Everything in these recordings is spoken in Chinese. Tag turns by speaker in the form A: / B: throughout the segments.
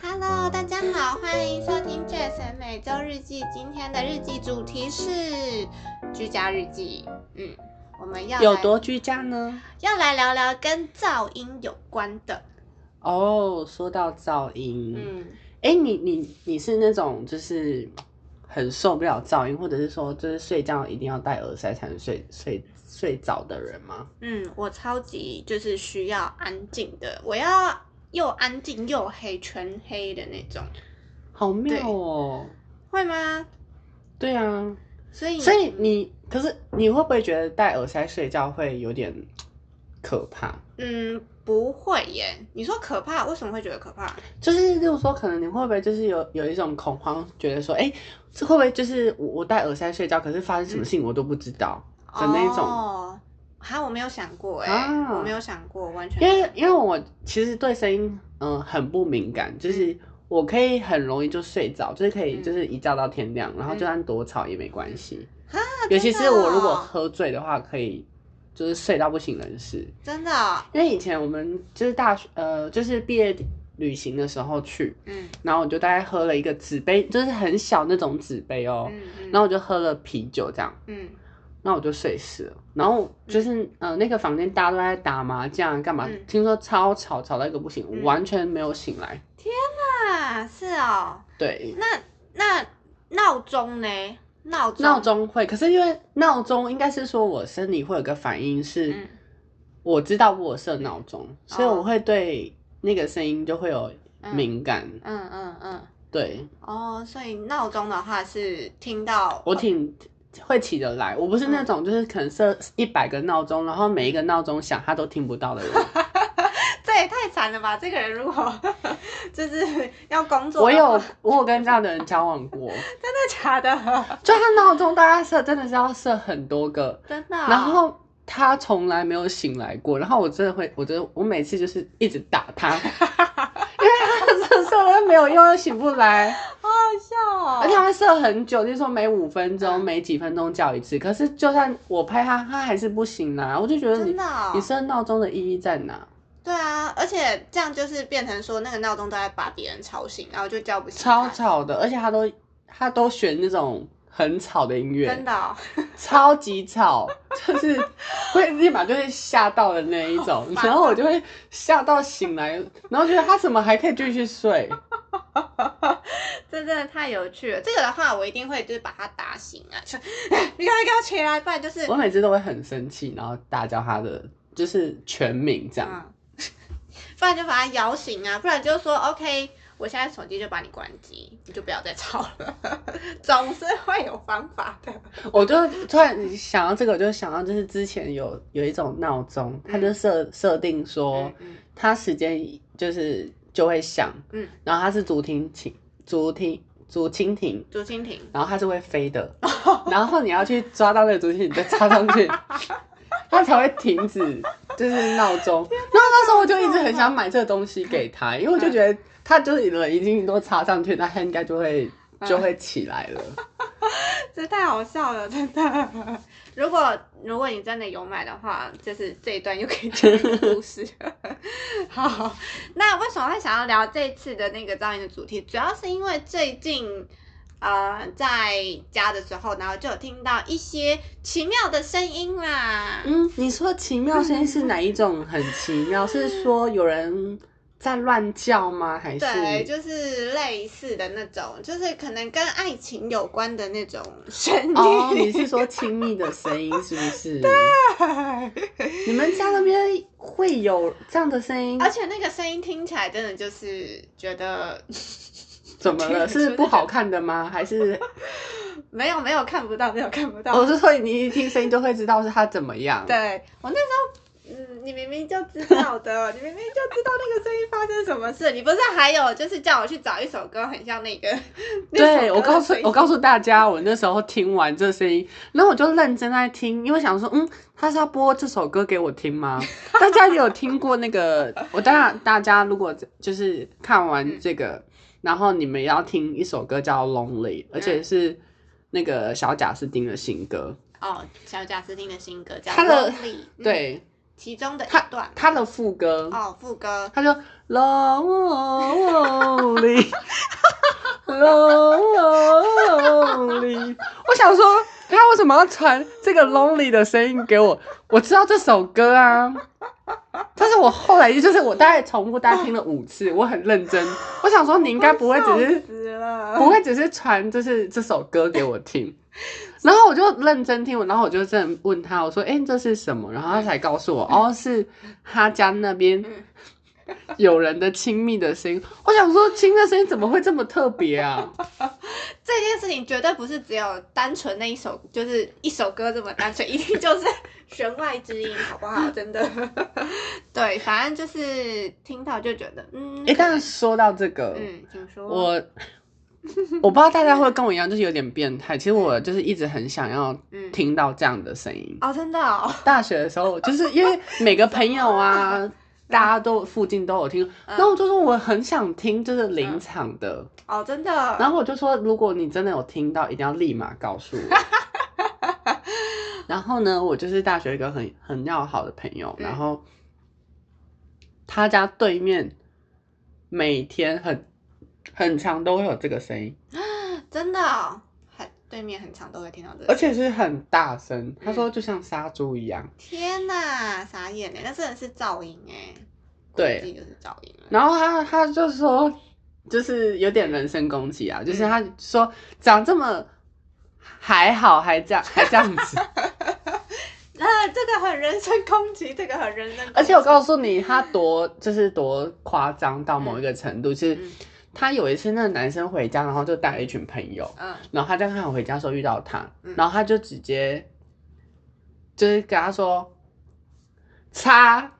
A: Hello，大家好，欢迎收听 Jazz 每周日记。今天的日记主题是居家日记。嗯，我们要
B: 有
A: 来嗯
B: 多居家呢？
A: 要来聊聊跟噪音有关的。
B: 哦，说到噪音，
A: 嗯，
B: 哎、你你你是那种就是很受不了噪音，或者是说就是睡觉一定要戴耳塞才能睡睡睡着的人吗？
A: 嗯，我超级就是需要安静的，我要又安静又黑，全黑的那种，
B: 好妙哦！
A: 会吗？
B: 对啊，
A: 所以
B: 所以你可是你会不会觉得戴耳塞睡觉会有点可怕？
A: 嗯不会耶？你说可怕，为什么会觉得可怕？
B: 就是，例如说，可能你会不会就是有有一种恐慌，觉得说，哎、这会不会就是我我戴耳塞睡觉，可是发生什么事情我都不知道的那一种？
A: 哦，哈，我没有想过哎、
B: 啊
A: 我没有想过，完全
B: 因
A: 没有
B: 为
A: 想
B: 因为我其实对声音嗯、呃很不敏感，就是我可以很容易就睡着，就是可以
A: 嗯
B: 就是一觉到天亮，然后
A: 嗯
B: 就算多吵也没关系。
A: 啊
B: 尤其
A: 真
B: 是
A: 的
B: 我如果
A: 哦
B: 喝醉的话，可以就是睡到不省人事。
A: 真的哦、
B: 因为以前我们就是大学呃就是毕业旅行的时候去，
A: 嗯
B: 然后我就大概喝了一个纸杯，就是很小那种纸杯哦，
A: 嗯嗯，
B: 然后我就喝了啤酒这样，
A: 嗯
B: 然后我就睡死了。然后就是呃那个房间大家都在打麻将啊干嘛，
A: 嗯
B: 听说超吵，吵到一个不行，
A: 嗯
B: 我完全没有醒来。
A: 啊是哦，
B: 对，
A: 那那闹钟呢？闹钟
B: 闹钟会，可是因为闹钟应该是说我生理会有个反应是，
A: 嗯
B: 我知道我有设闹钟，所以
A: 哦
B: 我会对那个声音就会有
A: 嗯
B: 敏感。
A: 嗯嗯嗯
B: 对
A: 哦，所以闹钟的话是听到
B: 我挺。会起得来，我不是
A: 嗯
B: 那种就是可能设一百个闹钟，然后每一个闹钟响他都听不到 的人。
A: 这也太惨了吧！这个人如果 就是要工作
B: 我
A: 的
B: 有
A: 话，
B: 我有跟这样的人交往过，
A: 真的假 的？
B: 就他闹钟大家设真的是要设很多个，
A: 真的哦、
B: 然后他从来没有醒来过，然后我真的会，我真的我每次就是一直打 他，因为他设设了没有用，又醒不来，
A: 好好笑哦，
B: 而且他会设很久，就是说每五分钟、
A: 嗯
B: 每几分钟叫一次，可是就算我拍他，他还是不醒来，我就觉得
A: 真
B: 你
A: 的哦、
B: 你设闹钟的意义在哪？
A: 对啊，而且这样就是变成说那个闹钟都在把别人吵醒，然后就叫不醒
B: 超
A: 他。
B: 吵的，而且他都他都选那种很吵的音乐，
A: 真的哦、
B: 超级吵，就是会立马就会吓到的那一种，
A: 烦啊
B: 然后我就会吓到醒来，然后觉得他怎么还可以继 续睡？
A: 这真的太有趣了。这个的话，我一定会就是把他打醒啊， 就你赶快给我起来，不然就是
B: 我每次都会很生气，然后大叫他的就是全名这样。
A: 嗯， 不然就把他摇醒啊，不然就说 OK，我现在手机就把你关机，你就不要再吵了。 总是会有方法的。
B: 我就突然想到这个，我就想到就是之前有有一种闹钟，它就设设定说
A: 嗯嗯
B: 它时间就是就会响，
A: 嗯，
B: 然后它是竹蜻蜓，竹蜻竹蜻蜓，
A: 竹蜻蜓，
B: 然后它是会飞 的，然后你要去抓到那个竹蜻蜓，你再插上 去，它才会停止，就是闹钟。然后那时候我就一直很想买这个东西给他，因为我就觉得他就是人已经都插上去，那他应该就会就会起来了。
A: 这太好笑了，真的。如果如果你真的有买的话，就是这一段又可以讲一个故事。 好，那为什么会想要聊这次的那个噪音的主题？主要是因为最近。呃，在家的时候，然后就有听到一些奇妙的声音啦。
B: 嗯，你说奇妙声音是哪一种？很奇妙，是说有人在乱叫吗？还是
A: 对，就是类似的那种，就是可能跟爱情有关的那种声音。
B: 哦，你是说亲密的声音是不是？对，你们家那边会有这样的声音？
A: 而且那个声音听起来真的就是觉得
B: 怎么了？
A: 就是
B: 是不好看的吗？还是哦
A: 没有没有看不到，没有看不到。
B: 我是说你一听声音就会知道是他怎么样？
A: 对我那时候嗯，你明明就知道的， 你明明就知道那个声音发生什么事，你不是还有就是叫我去找一首歌，很像那个。 那首
B: 对
A: 歌
B: 我告诉
A: 的
B: 我告诉大家，我那时候听完这声音，然后我就认真在听，因为想说，嗯，他是要播这首歌给我 听吗？大家有听过那个？我当然，大家如果就是看完这
A: 嗯
B: 个，然后你们也要听一首歌叫《Lonely》，而
A: 嗯
B: 且是那个小贾斯汀的新歌。
A: 哦，小贾斯汀的新歌叫《
B: 他的
A: Lonely》，嗯，
B: 对，
A: 其中的一
B: 他
A: 段
B: 他的副歌，
A: 哦，副歌
B: 他就 lonely lonely，我想说他为什么要传这个 lonely 的声音给我？我知道这首歌啊，但是我后来就是我大概重复大概听了五次，我很认真，我想说你应该不会只是
A: 笑死 了，
B: 不会只是传就是这首歌给我听，然后我就认真听，然后我就真的问他，我说：“哎、这是什么？”然后他才告诉我，哦，是他家那边 有人的亲密的声音。我想说，亲的声音怎么会这么特别啊？
A: 这件事情绝对不是只有单纯那一首，就是一首歌这么单纯，一定就是弦外之音，好不好？真的，对，反正就是听到就觉得， 嗯，
B: 哎、但是说到这个，
A: 嗯，请说，
B: 我 我不知道大家会不会跟我一样，就是有点变态。其实我就是一直很想要
A: 嗯，
B: 听到这样的声音。
A: 哦，真的哦，
B: 大学的时候，就是因为每个朋友啊，大家都附近都有听，然后我就说我很想听，就是临场的。
A: 哦，真的，
B: 然后我就说，如果你真的有听到，一定要立马告诉我。然后呢，我就是大学一个很很要好的朋友，
A: 嗯
B: 然后他家对面每天很很长都会有这个声音，
A: 真的哦，很对面很常都会听到这个，
B: 而且是很大声。他说就像杀猪一样。
A: 天哪，傻眼哎，那真的是噪音哎，
B: 对
A: 估计就是噪音了，
B: 然后他他就说，就是有点人身攻击啊，就是他说长这么还好，还这样还这样 子。
A: 啊，这个很人身攻击，这个很人身攻击，
B: 而且我告诉你，他多就是多夸张到某一个程度，就是
A: 嗯
B: 他有一次那个男生回家，然后就带了一群朋友，
A: 嗯，
B: 然后他在看我回家的时候遇到他
A: 嗯，
B: 然后他就直接就是跟他说：“擦，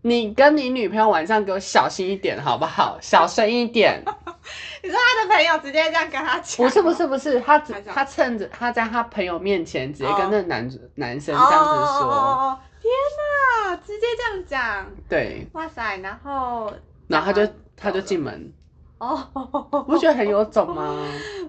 B: 你跟你女朋友晚上给我小心一点好不好？小声一点。”
A: 你说他的朋友直接这样跟他讲，
B: 不是不是。不是，他只
A: 还是
B: 他趁着他在他朋友面前直接
A: 哦
B: 跟那男子、男生
A: 哦
B: 这样子说，
A: 哦哦哦天哪，直接这样讲，
B: 对，
A: 哇塞！然后，
B: 然后他
A: 讲
B: 就
A: 完
B: 他就
A: 走了
B: 进门，
A: 哦，
B: 不觉得很有种吗？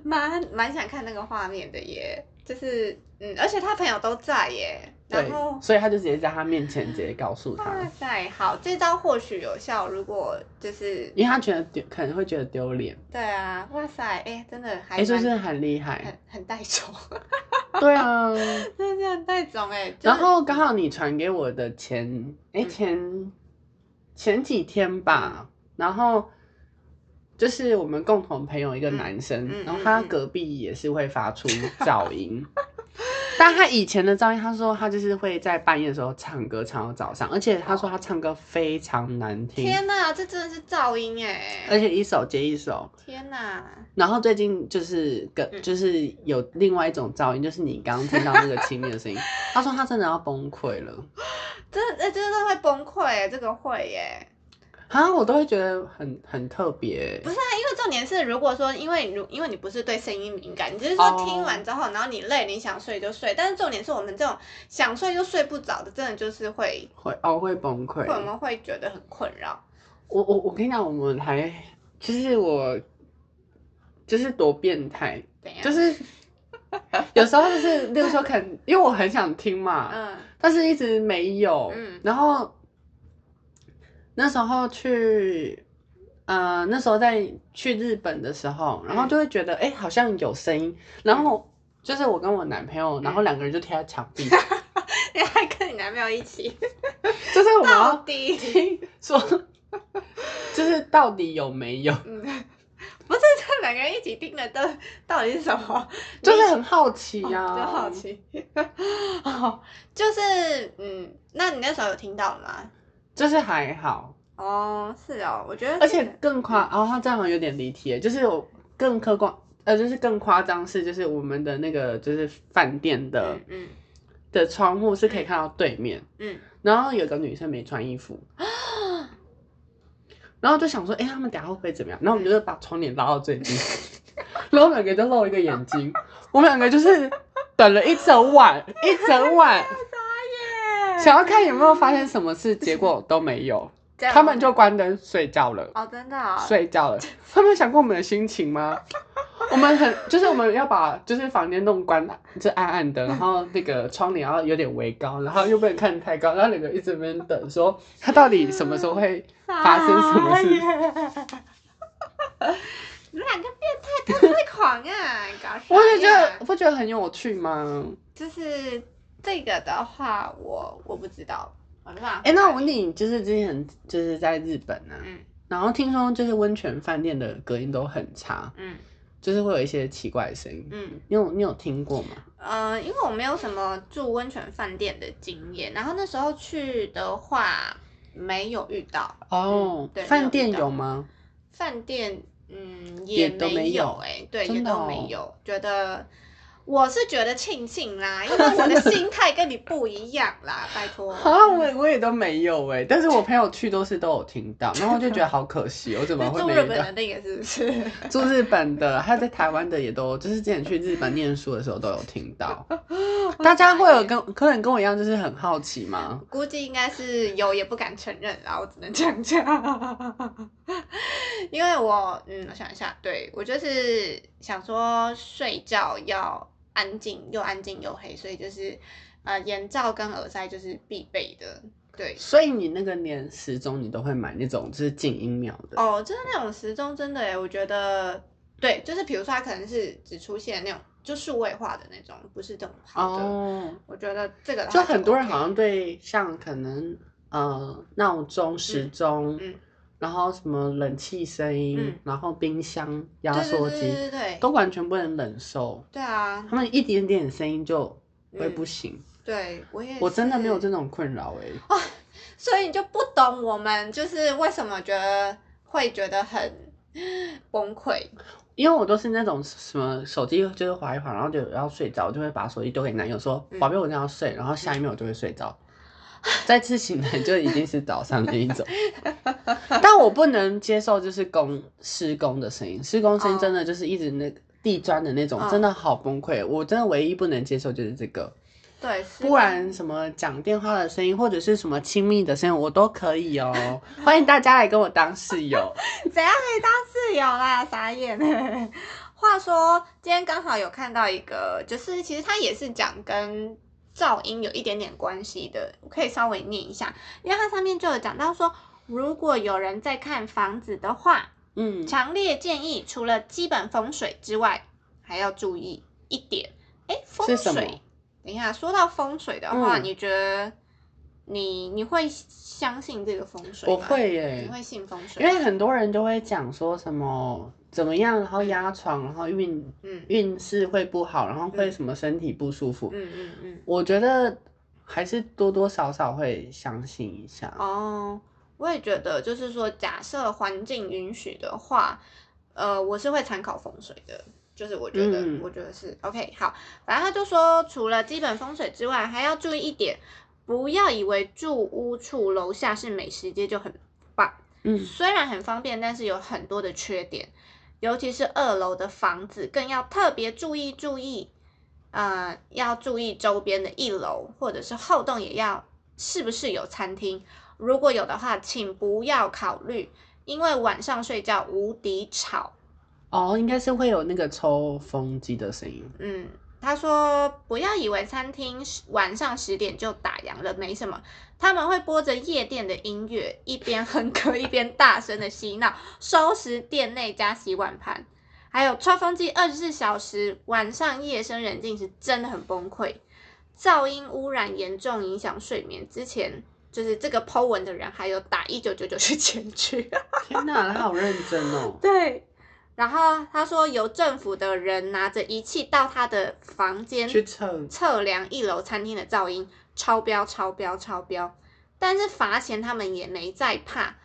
A: 蛮蛮想看那个画面的耶，就是嗯，而且他朋友都在耶，
B: 对
A: 然后，。哎
B: 所以他就直接在他面前直接告诉他，
A: 哇塞，好，这招或许有效。如果就是
B: 因为他觉得丢，可能会觉得丢脸，
A: 对啊，哇塞，哎、真的还
B: 哎、
A: 蛮、
B: 是不是很厉害
A: 很？很带种，
B: 对啊，
A: 真的很带种哎、就是
B: 然后刚好你传给我的前，哎、
A: 嗯
B: 前前几天吧，然后。就是我们共同朋友一个男生，
A: 嗯嗯
B: 然后他
A: 嗯嗯
B: 隔壁也是会发出噪音，但他以前的噪音，他说他就是会在半夜的时候唱歌唱到早上，而且他说他唱歌非常难听，
A: 天哪，这真的是噪音哎、
B: 而且一首接一首。
A: 天哪，
B: 然后最近就是跟
A: 嗯
B: 就是有另外一种噪音，就是你刚刚听到那个亲密的声音。他说他真的要崩溃了，
A: 真的、哎真的会崩溃哎、这个会耶、
B: 啊，我都会觉得很很特别欸
A: 不。是啊，因为重点是，如果说因为如因为你不是对声音敏感，你只是
B: 哦
A: 说听完之后然后你累，你想睡就睡。但是重点是我们这种想睡就睡不着的，真的就是会
B: 会哦会崩溃
A: 会。我们会觉得很困扰。
B: 我我我跟你讲，我们还就是我就是多变态，
A: 怎样？
B: 就是 有时候就是，例如说可能因为我很想听嘛，
A: 嗯
B: 但是一直没有。
A: 嗯
B: 然后那时候去，呃，那时候在去日本的时候，然后
A: 嗯
B: 就会觉得，哎、好像有声音。然后就是我跟我男朋友，
A: 嗯
B: 然后两个人就贴在墙壁，
A: 你还跟你男朋友一起，
B: 就是我们
A: 到
B: 要
A: 底
B: 听说， 就是到底有没有，
A: 嗯，不是这两个人一起听的，都到底是什么？
B: 就是很好奇啊
A: 你
B: 呀、
A: 哦就好。奇。 哦，就是嗯，那你那时候有听到了吗？
B: 就是还好，
A: 哦，是哦，我觉得这
B: 而且
A: 个
B: 更夸，哦，他这样好像有点离题耶，就是有更客观，呃，就是更夸张是，就是我们的那个就是饭店的
A: 嗯嗯
B: 的窗户是可以看到对面，
A: 嗯，
B: 然后有个女生没穿衣 服，然后就想说，哎、他们等下会不会怎么样？然后我们就是把窗帘拉到最低， 然后我们两个就露一个眼睛，我们两个就是等了一整晚，一整晚，
A: 耶，
B: 想要看有没有发生什么 事，结果都没有，
A: 这样
B: 他们就关灯睡觉了。
A: 哦，真的哦，
B: 睡觉 了。他们有想过我们的心情吗？ 我们很就是我们要把就是房间弄关，就是暗暗 的，然后那个窗帘要有点微高，然后又不能看太高，然后两个一直在那边等，说 他到底什么时候会？
A: 啊
B: 发生什么 事
A: 事？你们两个变态跟追狂啊！搞啥呀
B: 我就觉得不觉得很有趣吗？
A: 就是这个的话，我我不知道，我没办法。
B: 哎、那我问你，就是之前就是在日本啊，
A: 嗯
B: 然后听说就是温泉饭店的隔音都很差，
A: 嗯
B: 就是会有一些奇怪的声音。
A: 嗯
B: 你有你有听过吗？
A: 呃，因为我没有什么住温泉饭店的经验，然后那时候去的话没有遇到
B: 哦
A: 嗯对，
B: 饭店
A: 没有遇到
B: 有吗？
A: 饭店，嗯，
B: 也都
A: 没
B: 没有
A: 哎、对，也
B: 真的
A: 都
B: 哦
A: 没有，觉得。我是觉得庆幸啦，因为我的心态跟你不一样啦，拜 托。
B: 啊，我也我也都没有哎、但是我朋友去都是都有听到，然后我就觉得好可惜，哦我怎么
A: 是
B: 会
A: 住
B: 没啊
A: 日
B: 有
A: 本的那个是不 是？
B: 住日本的，还有在台湾的也都，就是之前去日本念书的时候都有 听到。大家会有跟可能跟我一样，就是很好奇吗？
A: 估计应该是有，也不敢承认啦，我只能这样讲。 因为我，嗯，我想一下，对我就是想说睡觉要安静，又安静又黑，所以就是呃，眼罩跟耳塞就是必备的。对，
B: 所以你那个连时钟你都会买那种就是静音秒的，
A: 哦，就是那种时钟，真的诶，我觉得，对，就是比如说它可能是只出现那种就数位化的那种，不是这种好的。
B: 哦，
A: 我觉得这个的话
B: 就很多人
A: OK
B: 好像对像可能呃闹钟、时钟，
A: 嗯
B: 然后什么冷气声音，
A: 嗯
B: 然后冰箱、压
A: 对
B: 缩
A: 对对
B: 机
A: 对对对，
B: 都完全不能忍受。
A: 对啊，
B: 他们一点点声音就会不
A: 嗯
B: 行。
A: 对我也
B: 我真的没有
A: 是
B: 这种困扰哎、
A: 所以你就不懂我们就是为什么觉得会觉得很崩溃。
B: 因为我都是那种什么手机就是滑一滑，然后就要睡着，我就会把手机丢给男友说：“
A: 嗯
B: 宝贝，我正要睡。”然后下一秒我就会睡着，再次醒来就已经是早上那 一种。但我不能接受就是工施工的声音，施工声音
A: 哦
B: 真的就是一直那地砖的那种，
A: 嗯
B: 真的好崩溃。我真的唯一不能接受就是这个，
A: 对，是
B: 不然什么讲电话的声音或者是什么亲密的声音我都可以哦。欢迎大家来跟我当室友。
A: 怎样可以当室友啦？傻眼！ 话说今天刚好有看到一个，就是其实它也是讲跟噪音有一点点关系的，我可以稍微念一下，因为它上面就有讲到说，如果有人在看房子的话，
B: 嗯，
A: 强烈建议除了基本风水之外，还要注意一点。哎， 风
B: 是什么
A: 水，等一下，说到风水的话，
B: 嗯
A: 你觉得你你会相信这个风水吗？
B: 我，会耶、
A: 你会信风水？
B: 因为很多人就会讲说什么怎么样，然后压床，然后运
A: 嗯
B: 运势会不好，然后会什么身体不舒服。
A: 嗯嗯嗯，
B: 我觉得还是多多少少会相信一下。
A: 哦，我也觉得，就是说，假设环境允许的话，呃，我是会参考风水的。就是我觉得，
B: 嗯
A: 我觉得是 OK。好，反正他就说，除了基本风水之外，还要注意一点，不要以为住屋处楼下是美食街就很棒。
B: 嗯，
A: 虽然很方便，但是有很多的缺点，尤其是二楼的房子，更要特别注意注意，呃，要注意周边的一楼或者是后栋也要是不是有餐厅，如果有的话，请不要考虑，因为晚上睡觉无敌吵。
B: 哦，应该是会有那个抽风机的声音。
A: 嗯，他说不要以为餐厅是晚上十点就打烊了，没什么。他们会播着夜店的音乐，一边哼歌一边大声的嬉闹，收拾店内加洗碗盘，还有抽风机二十四小时。晚上夜深人静是真的很崩溃，噪音污染严重影响睡眠。之前就是这个 Po 文的人还有打一九九九去检举。。
B: 天哪，他好认真哦
A: 对。然后他说，由政府的人拿着仪器到他的房间
B: 去蹭，
A: 测量一楼餐厅的噪音，超标、超标、超标。但是罚钱他们也没在怕，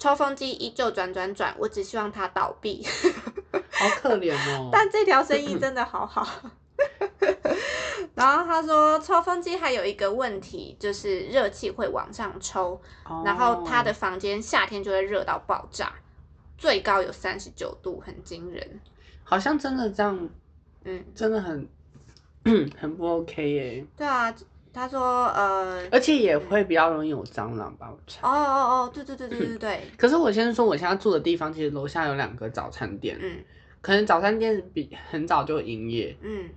A: 抽风机依旧转转转。我只希望它倒闭。
B: 好可怜哦。
A: 但这条生意真的好好。 然后他说，抽风机还有一个问题，就是热气会往上抽，
B: 哦
A: 然后他的房间夏天就会热到爆炸，最高有三十九度，很惊人。
B: 好像真的这样，
A: 嗯，
B: 真的很 很不 OK 耶，
A: 对啊，他说，呃，
B: 而且也会比较容易有蟑螂吧，我猜。
A: 哦哦哦，对对对对对对，
B: 可是我先说，我现在住的地方其实楼下有两个早餐店，
A: 嗯
B: 可能早餐店比很早就营业，
A: 嗯，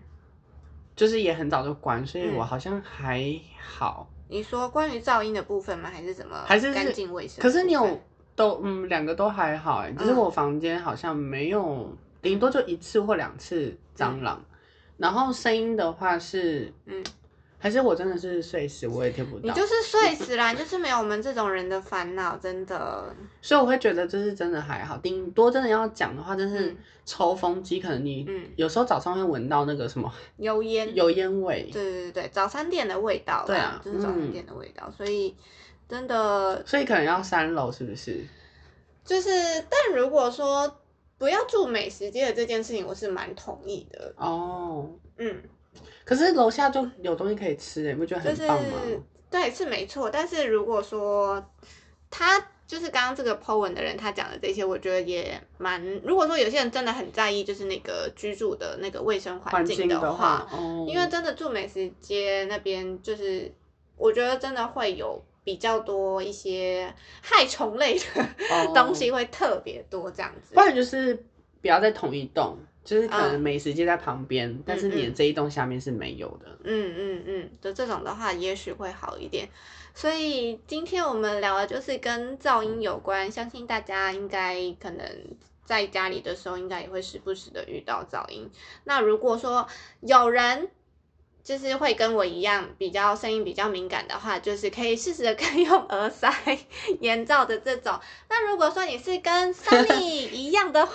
B: 就是也很早就关，所以
A: 嗯
B: 我好像还好。
A: 你说关于噪音的部分吗？还是怎么？
B: 还是
A: 干净卫生？
B: 可是你
A: 啊
B: 有都嗯，两个都还好
A: 嗯
B: 哎、只是我房间好像没有，顶多就一次或两次蟑螂。然后声音的话是，
A: 嗯，
B: 还是我真的是睡死，我也听不
A: 你
B: 到，
A: 就是睡死啦，你就是没有我们这种人的烦恼，真的。
B: 所以我会觉得这是真的还好。顶多真的要讲的话，就是
A: 嗯
B: 抽风机，可能你
A: 嗯，
B: 有时候早上会闻到那个什么
A: 油烟，
B: 油烟味
A: 对，对对对，早餐店的味道啦，
B: 对啊
A: 就是早餐店的味道，所以真的
B: 所以可能要三楼是不是？
A: 就是，但如果说不要住美食街的这件事情，我是蛮同意的，
B: 哦，
A: 嗯，
B: 可是楼下就有东西可以吃哎、你不觉得
A: 就
B: 很
A: 是
B: 棒吗？
A: 对是没错，但是如果说他。就是刚刚这个 po 文的人，他讲的这些，我觉得也蛮。如果说有些人真的很在意，就是那个居住的那个卫生环
B: 环境
A: 境
B: 的
A: 话，
B: 话，哦，
A: 因为真的住美食街那边，就是我觉得真的会有比较多一些害虫类的
B: 哦
A: 东西会特别多这样子
B: 不。然就是不要在同一栋，就是可
A: 嗯
B: 能美食街在旁边，但是你的这一栋下面是没有的。
A: 嗯嗯嗯，就这种的话，也许会好一点。所以今天我们聊的就是跟噪音有关，相信大家应该可能在家里的时候，应该也会时不时的遇到噪音。那如果说有人就是会跟我一样比较声音比较敏感的话，就是可以适时的跟 用耳塞营造的这种。那如果说你是 跟 Sunny 一样的话，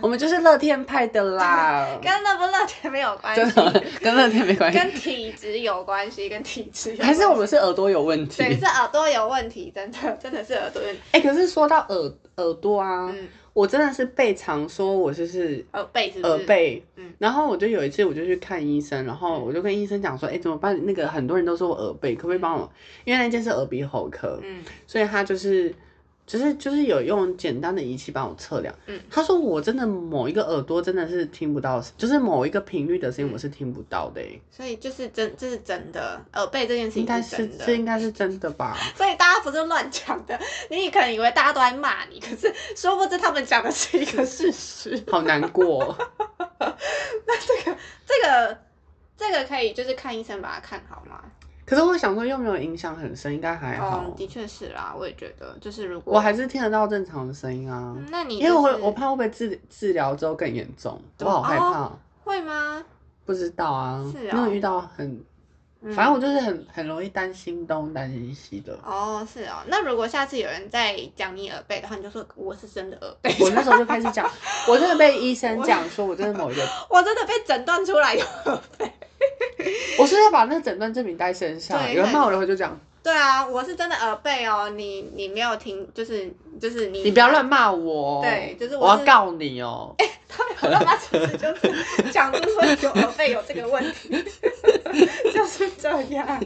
B: 我们就是乐天派的啦，
A: 嗯 跟乐不乐天没有关
B: 真
A: 系，
B: 的 跟乐天没关系，
A: 跟体质有关系，跟体质有关系
B: 还是我们是耳朵有问题。
A: 对，是耳朵有问题，真的 真的是耳朵有问题，
B: 哎、可是说到耳耳朵啊，
A: 嗯，
B: 我真的是被常说我就是
A: 耳背是不是？
B: 耳背。
A: 嗯
B: 然后我就有一次，我就去看医生，然后我就跟医生讲说，哎、怎么办？那个很多人都说我耳背，可不可以帮我？因为那件是耳鼻喉科，
A: 嗯，
B: 所以他就是，就是就是有用简单的仪器帮我测量。
A: 嗯，
B: 他说我真的某一个耳朵真的是听不到，就是某一个频率的声音我是听不到的、欸，
A: 所以嗯就是真，这是真的，耳背这件事
B: 应该
A: 情
B: 哦是
A: 真
B: 这
A: 的。
B: 应该是真的 吧？
A: 所以大家不是乱讲的，你可能以为大家都在骂你，可是殊不知他们讲的是一个事实。
B: 好难过，哦
A: 这个这个可以就是看医生把它看好吗？
B: 可是我想说又没有影响很深，应该还好
A: 嗯，，的确是啦，我也觉得，就是如果
B: 我还是听得到正常的声音啊。
A: 嗯那你、就
B: 因
A: 是、
B: 为我会我怕会不会治治疗之后更严重，我好害怕，哦
A: 会吗？
B: 不知道啊。
A: 是哦
B: 因为遇到很，
A: 嗯
B: 反正我就是很很容易担心东担心西的。
A: 哦是哦，那如果下次有人再讲你耳背的话，你就说我是真的耳背，
B: 我那时候就开 始讲，我真的被医生讲说，我真的某一个，
A: 我真的被诊断出来有耳背。
B: 我是要把那个诊断证明带身上。
A: 对
B: 有人骂我的话就讲，
A: 对啊，我是真的耳背哦，你你没有听，就是就是你
B: 你不要乱骂我哦，
A: 对就是我
B: 我要
A: 是
B: 告你哦。
A: 乱骂，其实就是讲出说有耳背有这个问题， 就是这样。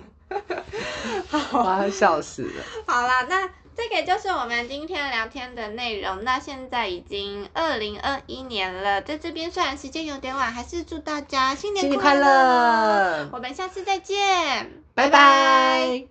B: 我要笑死了。
A: 好啦，那这个就是我们今天聊天的内容。那现在已经二零二一年了，在这边虽然时间有点晚，还是祝大家新
B: 新
A: 年
B: 年快
A: 乐！
B: 乐，
A: 我们下次再见，
B: 拜拜